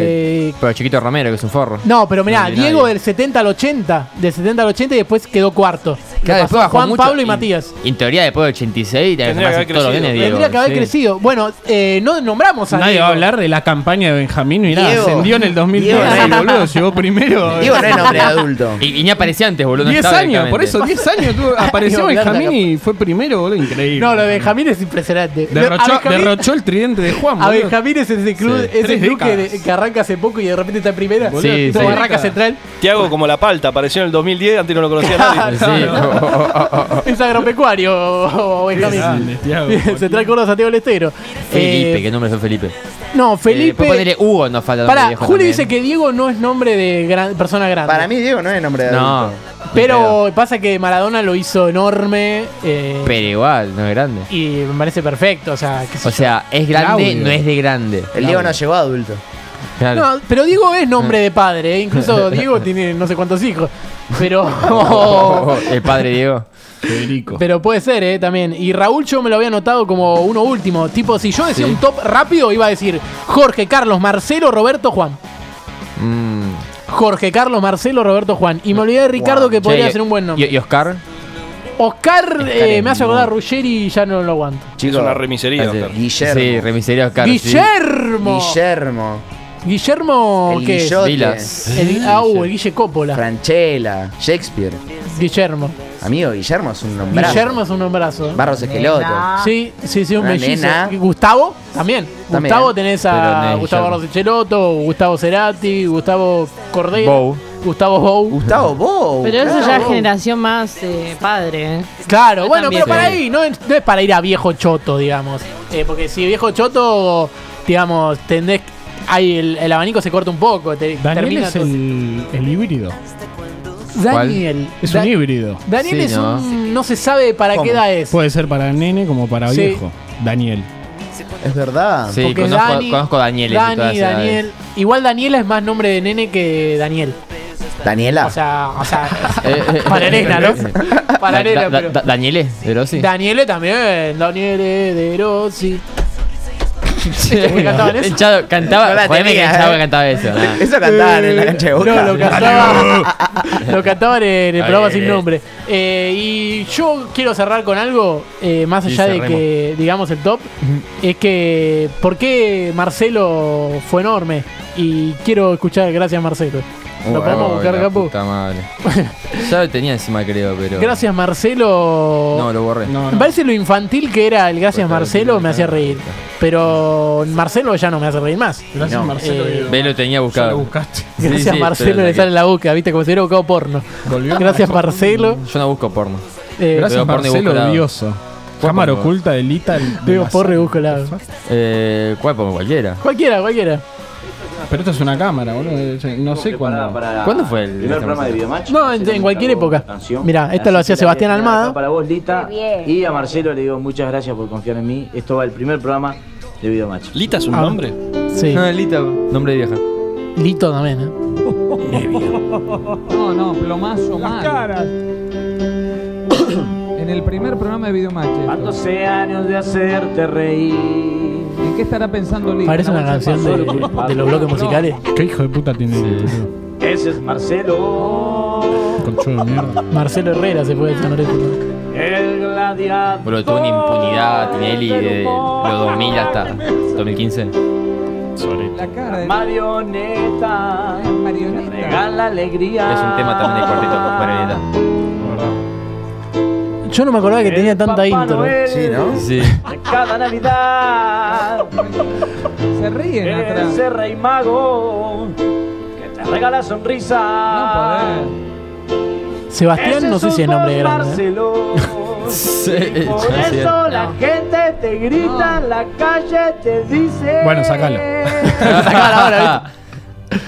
[SPEAKER 1] Eh,
[SPEAKER 3] Pero Chiquito Romero, que es un forro.
[SPEAKER 1] No, pero mirá,
[SPEAKER 3] No, ni
[SPEAKER 1] Diego
[SPEAKER 3] nadie.
[SPEAKER 1] del 70 al 80. Del 70 al 80 y después quedó cuarto. Le
[SPEAKER 3] Claro,
[SPEAKER 1] pasó
[SPEAKER 3] después
[SPEAKER 1] a
[SPEAKER 3] bajó
[SPEAKER 1] Juan,
[SPEAKER 3] mucho.
[SPEAKER 1] Pablo y
[SPEAKER 3] En-
[SPEAKER 1] Matías.
[SPEAKER 3] En teoría, después de 86,
[SPEAKER 5] Tendría
[SPEAKER 3] además,
[SPEAKER 5] que haber
[SPEAKER 3] todo lo viene
[SPEAKER 5] crecido.
[SPEAKER 3] Diego.
[SPEAKER 1] Tendría que haber
[SPEAKER 3] sí.
[SPEAKER 1] crecido. Bueno, eh, no nombramos a
[SPEAKER 6] Nadie
[SPEAKER 1] Diego.
[SPEAKER 6] va a hablar de la campaña de Benjamín, mirá,
[SPEAKER 2] Diego.
[SPEAKER 6] ascendió en el 2009,
[SPEAKER 2] Diego,
[SPEAKER 6] el boludo, llegó primero.
[SPEAKER 2] Diego no es nombre de adulto.
[SPEAKER 3] Y, y ni aparecía antes, boludo. no
[SPEAKER 6] 10
[SPEAKER 3] estaba
[SPEAKER 6] años, por
[SPEAKER 3] directamente.
[SPEAKER 6] eso, 10 años tuvo- apareció
[SPEAKER 1] Diego, claro,
[SPEAKER 6] Benjamín y fue primero, boludo, increíble.
[SPEAKER 1] No, lo de Benjamín es impresionante.
[SPEAKER 6] derrochó,
[SPEAKER 1] a Benjamín,
[SPEAKER 6] derrochó el tridente de Juan,
[SPEAKER 1] a
[SPEAKER 6] boludo.
[SPEAKER 1] Benjamín es ese club,
[SPEAKER 3] Sí.
[SPEAKER 1] es el
[SPEAKER 6] Tres
[SPEAKER 1] club que,
[SPEAKER 6] décadas.
[SPEAKER 1] que arranca hace poco y de repente está en primera.
[SPEAKER 3] Sí,
[SPEAKER 1] tipo
[SPEAKER 3] sí.
[SPEAKER 1] Barraca
[SPEAKER 6] Décadas.
[SPEAKER 1] Central.
[SPEAKER 5] Tiago como la palta, apareció en el 2010, antes no lo conocía nadie.
[SPEAKER 3] Sí. Oh,
[SPEAKER 1] Es agropecuario, Benjamín.
[SPEAKER 6] grande, Thiago.
[SPEAKER 1] Central Córdoba, Santiago del Estero.
[SPEAKER 3] Felipe,
[SPEAKER 1] Eh,
[SPEAKER 3] que nombre fue Felipe.
[SPEAKER 1] No,
[SPEAKER 3] Eh, después
[SPEAKER 1] Felipe.
[SPEAKER 3] ponele Hugo, nos falta. nombre
[SPEAKER 1] Para,
[SPEAKER 3] viejo
[SPEAKER 1] Juli
[SPEAKER 3] también.
[SPEAKER 1] dice que Diego no es nombre de gran- persona grande.
[SPEAKER 2] Para mí Diego no es nombre de
[SPEAKER 3] No.
[SPEAKER 2] adulto.
[SPEAKER 3] ni
[SPEAKER 1] Pero
[SPEAKER 3] pedo.
[SPEAKER 1] pasa que Maradona lo hizo enorme. eh,
[SPEAKER 3] Pero igual, no es grande.
[SPEAKER 1] y me parece perfecto. O sea, qué sé
[SPEAKER 3] O sea, es grande,
[SPEAKER 6] Claudio.
[SPEAKER 3] no es de grande.
[SPEAKER 2] El Diego no llegó a adulto.
[SPEAKER 3] Claro.
[SPEAKER 1] No, pero Diego es nombre de padre, ¿eh? incluso Diego tiene no sé cuántos hijos. Pero
[SPEAKER 3] Oh, el padre Diego.
[SPEAKER 6] Federico.
[SPEAKER 1] pero puede ser, ¿eh? También. Y Raúl yo me lo había anotado como uno último. Tipo, si yo decía
[SPEAKER 3] Sí.
[SPEAKER 1] un top rápido, iba a decir Jorge, Carlos, Marcelo, Roberto, Juan.
[SPEAKER 3] Mm.
[SPEAKER 1] Jorge, Carlos, Marcelo, Roberto, Juan. Y me olvidé de Ricardo que podría
[SPEAKER 3] Che,
[SPEAKER 1] ser un buen nombre.
[SPEAKER 3] ¿Y, y Oscar?
[SPEAKER 1] Oscar eh,
[SPEAKER 3] en
[SPEAKER 1] me hace acordar a
[SPEAKER 3] vivo.
[SPEAKER 1] Ruggeri y ya no lo aguanto.
[SPEAKER 5] Es una remisería.
[SPEAKER 3] Ah, sí.
[SPEAKER 5] Oscar.
[SPEAKER 2] Guillermo.
[SPEAKER 3] Sí, remisería Oscar. sí.
[SPEAKER 1] Guillermo.
[SPEAKER 2] Guillermo.
[SPEAKER 1] Guillermo,
[SPEAKER 2] El
[SPEAKER 1] ¿qué es?
[SPEAKER 2] Guillote.
[SPEAKER 3] Vilas.
[SPEAKER 1] El, ah, uh, el Guille Coppola.
[SPEAKER 2] Franchella. Shakespeare.
[SPEAKER 1] Guillermo.
[SPEAKER 2] Amigo, Guillermo es un nombre.
[SPEAKER 1] Guillermo es un nombrazo.
[SPEAKER 2] Barros Esqueloto.
[SPEAKER 1] Sí, sí, sí, un
[SPEAKER 2] Una
[SPEAKER 1] mellizo.
[SPEAKER 2] nena.
[SPEAKER 1] Y Gustavo también.
[SPEAKER 2] También.
[SPEAKER 1] Gustavo tenés
[SPEAKER 3] Pero
[SPEAKER 1] a
[SPEAKER 3] nena.
[SPEAKER 1] Gustavo Rosicheloto, Gustavo Cerati, Gustavo Cordero,
[SPEAKER 3] Bou.
[SPEAKER 1] Gustavo Bou.
[SPEAKER 2] Gustavo Bou.
[SPEAKER 4] Pero eso
[SPEAKER 2] claro,
[SPEAKER 4] ya es
[SPEAKER 2] Bou.
[SPEAKER 4] generación más eh, padre, ¿eh?
[SPEAKER 1] Claro,
[SPEAKER 4] Yo
[SPEAKER 1] bueno,
[SPEAKER 4] también.
[SPEAKER 1] pero para
[SPEAKER 3] Sí.
[SPEAKER 1] ahí, no es, no es para ir a viejo choto, digamos. Eh, porque si viejo choto, digamos, tendés. Ahí el, el abanico se corta un poco. Te,
[SPEAKER 6] Daniel
[SPEAKER 1] termina
[SPEAKER 6] es
[SPEAKER 1] tu-
[SPEAKER 6] el, el híbrido.
[SPEAKER 1] Daniel.
[SPEAKER 6] Es
[SPEAKER 1] Da-
[SPEAKER 6] un híbrido.
[SPEAKER 1] Daniel
[SPEAKER 3] Sí,
[SPEAKER 1] es
[SPEAKER 3] ¿no?
[SPEAKER 1] un. No se sabe para
[SPEAKER 2] ¿Cómo?
[SPEAKER 1] qué edad es.
[SPEAKER 6] Puede ser para nene como para
[SPEAKER 1] Sí.
[SPEAKER 6] viejo. Daniel.
[SPEAKER 2] Es verdad.
[SPEAKER 3] Sí,
[SPEAKER 1] Porque
[SPEAKER 3] conozco,
[SPEAKER 1] Dani-
[SPEAKER 3] conozco a Daniel.
[SPEAKER 1] Dani, Daniel. Igual Daniela es más nombre de nene que Daniel.
[SPEAKER 2] Daniela.
[SPEAKER 1] O sea, o sea, para Elena, ¿no? Para Elena, pero.
[SPEAKER 3] Daniel, pero sí.
[SPEAKER 1] Daniele también, Daniele de Rossi.
[SPEAKER 3] me
[SPEAKER 1] cantaban eso?
[SPEAKER 2] Yo la
[SPEAKER 3] cantaba, joder, me
[SPEAKER 2] tenía,
[SPEAKER 3] cantaba,
[SPEAKER 2] eh.
[SPEAKER 3] cantaba eso. ah.
[SPEAKER 2] eso cantaban en la cancha de
[SPEAKER 1] No,
[SPEAKER 2] boca.
[SPEAKER 1] lo cantaban lo cantaban en el
[SPEAKER 3] Ay,
[SPEAKER 1] programa
[SPEAKER 3] ay,
[SPEAKER 1] sin
[SPEAKER 3] ay.
[SPEAKER 1] nombre. Eh, y yo quiero cerrar con algo, eh, más
[SPEAKER 3] Sí,
[SPEAKER 1] allá de
[SPEAKER 3] cerremos.
[SPEAKER 1] que digamos el top, es que ¿por qué Marcelo fue enorme? Y quiero escuchar, gracias Marcelo. Lo podemos
[SPEAKER 3] Ay,
[SPEAKER 1] buscar,
[SPEAKER 3] la
[SPEAKER 1] Capu.
[SPEAKER 3] puta madre. Ya lo tenía encima, creo, pero.
[SPEAKER 1] Gracias Marcelo.
[SPEAKER 3] No, lo borré.
[SPEAKER 6] No,
[SPEAKER 1] Me
[SPEAKER 6] no.
[SPEAKER 1] parece lo infantil que era el gracias
[SPEAKER 3] Pues,
[SPEAKER 1] Marcelo
[SPEAKER 3] claro,
[SPEAKER 1] me hacía
[SPEAKER 3] claro.
[SPEAKER 1] reír. Pero Marcelo ya no me hace reír más.
[SPEAKER 6] Gracias,
[SPEAKER 2] No.
[SPEAKER 6] Marcelo.
[SPEAKER 1] Eh,
[SPEAKER 6] Diego.
[SPEAKER 3] Ve, lo tenía
[SPEAKER 6] Ya lo
[SPEAKER 3] buscado.
[SPEAKER 6] buscaste.
[SPEAKER 3] Sí,
[SPEAKER 1] Gracias
[SPEAKER 3] sí,
[SPEAKER 1] Marcelo
[SPEAKER 3] pero
[SPEAKER 1] le
[SPEAKER 3] la
[SPEAKER 1] sale en la boca, viste, como si hubiera buscado porno.
[SPEAKER 6] Volvió.
[SPEAKER 1] Gracias Marcelo.
[SPEAKER 3] Yo no busco porno.
[SPEAKER 1] Eh,
[SPEAKER 6] Gracias,
[SPEAKER 3] Veo porno y
[SPEAKER 6] Marcelo
[SPEAKER 3] busco helado.
[SPEAKER 6] odioso.
[SPEAKER 3] Guapo,
[SPEAKER 6] Cámara
[SPEAKER 3] guapo.
[SPEAKER 6] oculta del Ital.
[SPEAKER 1] Veo porno y busco helado.
[SPEAKER 3] Eh, ¿Cuál pongo? Cualquiera.
[SPEAKER 1] Cualquiera, cualquiera.
[SPEAKER 6] Pero esto es una cámara, boludo. No sé cuándo.
[SPEAKER 3] ¿Cuándo fue el
[SPEAKER 7] primer programa de Videomatch?
[SPEAKER 1] No, en- en cualquier época. Mirá, esta lo hacía Sebastián Almada.
[SPEAKER 10] Para vos, Lita.
[SPEAKER 11] Qué bien.
[SPEAKER 10] Y a Marcelo le digo muchas gracias por confiar en mí. Esto va el primer programa de Videomatch.
[SPEAKER 5] ¿Lita es un
[SPEAKER 1] Ah.
[SPEAKER 5] nombre?
[SPEAKER 1] Sí.
[SPEAKER 3] No, Lita, nombre de vieja.
[SPEAKER 1] Lito también, ¿eh?
[SPEAKER 10] No, no, plomazo mal.
[SPEAKER 8] En el primer programa de Videomatch.
[SPEAKER 10] Cuántos años de hacerte reír.
[SPEAKER 8] ¿En qué estará pensando Lito?
[SPEAKER 1] Parece una canción de, de los bloques musicales.
[SPEAKER 6] ¿Qué hijo de puta tiene boludo?
[SPEAKER 10] Ese es Marcelo,
[SPEAKER 6] Conchudo de mierda.
[SPEAKER 1] Marcelo Herrera se fue de San Lorenzo.
[SPEAKER 10] el gladiador.
[SPEAKER 3] Boludo, tuvo una impunidad, Tinelli, de los 2000 hasta 2015.
[SPEAKER 8] La cara de
[SPEAKER 10] Marioneta, regala alegría.
[SPEAKER 3] Es un tema también de cuarteto marioneta.
[SPEAKER 1] Yo no me acordaba que tenía tanta intro.
[SPEAKER 2] Sí, ¿no?
[SPEAKER 3] Sí.
[SPEAKER 10] Cada Navidad,
[SPEAKER 8] Se ríen
[SPEAKER 10] ese rey mago que te regala sonrisa.
[SPEAKER 1] Sebastián, no sé si es nombre grande. ¿eh?
[SPEAKER 10] Marcelo.
[SPEAKER 3] Sí,
[SPEAKER 10] Y Por
[SPEAKER 3] sí.
[SPEAKER 10] eso la gente te grita en la calle, te dice.
[SPEAKER 6] Bueno, sacalo.
[SPEAKER 1] Sacala ahora, ¿viste?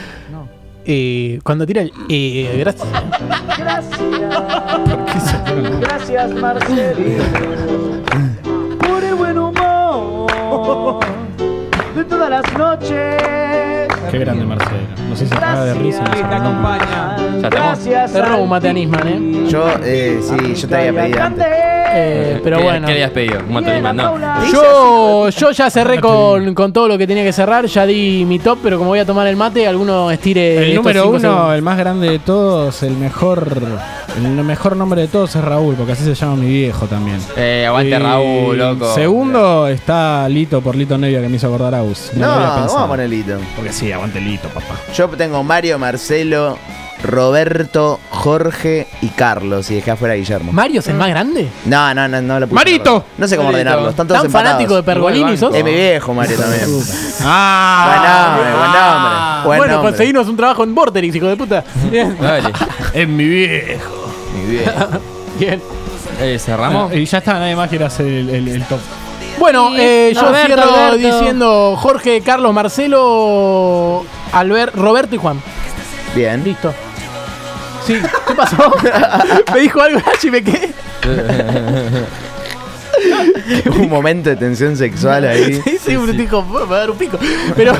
[SPEAKER 1] Eh, cuando tira el. Eh, gracias.
[SPEAKER 10] Gracias. Gracias, Marcelino, por el buen humor de todas las noches.
[SPEAKER 6] Qué grande Marcelo. No sé si se caga de risa. no sé
[SPEAKER 10] Gracias.
[SPEAKER 6] cuándo.
[SPEAKER 3] Ya estamos.
[SPEAKER 10] Gracias.
[SPEAKER 1] Te robo un mate
[SPEAKER 10] a ti.
[SPEAKER 1] Anisman, ¿eh?
[SPEAKER 2] Yo, eh, sí, yo te
[SPEAKER 1] Ah,
[SPEAKER 2] había pedido antes.
[SPEAKER 1] Eh, pero
[SPEAKER 3] ¿Qué-
[SPEAKER 1] bueno.
[SPEAKER 3] ¿Qué habías pedido? Un montón de más, no.
[SPEAKER 1] Yo, yo ya cerré con, con todo lo que tenía que cerrar, ya di mi top, pero como voy a tomar el mate, alguno estire.
[SPEAKER 6] El
[SPEAKER 1] estos
[SPEAKER 6] número
[SPEAKER 1] cinco
[SPEAKER 6] uno,
[SPEAKER 1] segundos.
[SPEAKER 6] el más grande de todos, el mejor, el mejor nombre de todos es Raúl, porque así se llama mi viejo también.
[SPEAKER 3] Eh, aguante
[SPEAKER 6] Y
[SPEAKER 3] Raúl, loco.
[SPEAKER 6] Segundo está Lito por Lito Nevia que me hizo acordar a Agus.
[SPEAKER 2] No,
[SPEAKER 6] lo había
[SPEAKER 2] vamos
[SPEAKER 6] pensado.
[SPEAKER 2] a poner Lito.
[SPEAKER 6] Porque sí, aguante Lito, papá.
[SPEAKER 2] Yo tengo Mario, Marcelo, Roberto, Jorge y Carlos. Y dejé afuera a Guillermo.
[SPEAKER 1] ¿Mario es el más grande?
[SPEAKER 2] no, no, no, no lo puse.
[SPEAKER 6] ¡Marito!
[SPEAKER 2] No sé cómo
[SPEAKER 3] Marito.
[SPEAKER 2] ordenarlos. Están todos
[SPEAKER 1] ¿Tan fanático de
[SPEAKER 2] empatados.
[SPEAKER 1] Pergolini sos?
[SPEAKER 2] Es mi viejo, Mario también.
[SPEAKER 1] Ah.
[SPEAKER 2] Buen nombre, buen nombre. Buen
[SPEAKER 1] bueno,
[SPEAKER 2] nombre.
[SPEAKER 1] conseguimos un trabajo en Vorterix, hijo de puta. Bien,
[SPEAKER 3] Dale.
[SPEAKER 6] Es mi viejo.
[SPEAKER 1] bien.
[SPEAKER 3] Eh, cerramos.
[SPEAKER 6] Ah, y ya está, nadie más quiere hacer el, el- el top.
[SPEAKER 1] Bueno,
[SPEAKER 4] Sí,
[SPEAKER 1] eh, yo
[SPEAKER 4] Roberto,
[SPEAKER 1] cierro
[SPEAKER 4] Alberto.
[SPEAKER 1] diciendo Jorge, Carlos, Marcelo, Albert, Roberto y Juan.
[SPEAKER 2] Bien.
[SPEAKER 1] Listo. Sí, ¿qué pasó? me dijo algo y me quedé.
[SPEAKER 2] Un momento de tensión sexual ahí.
[SPEAKER 1] Sí, sí, un pico, me va a dar un pico. Pero.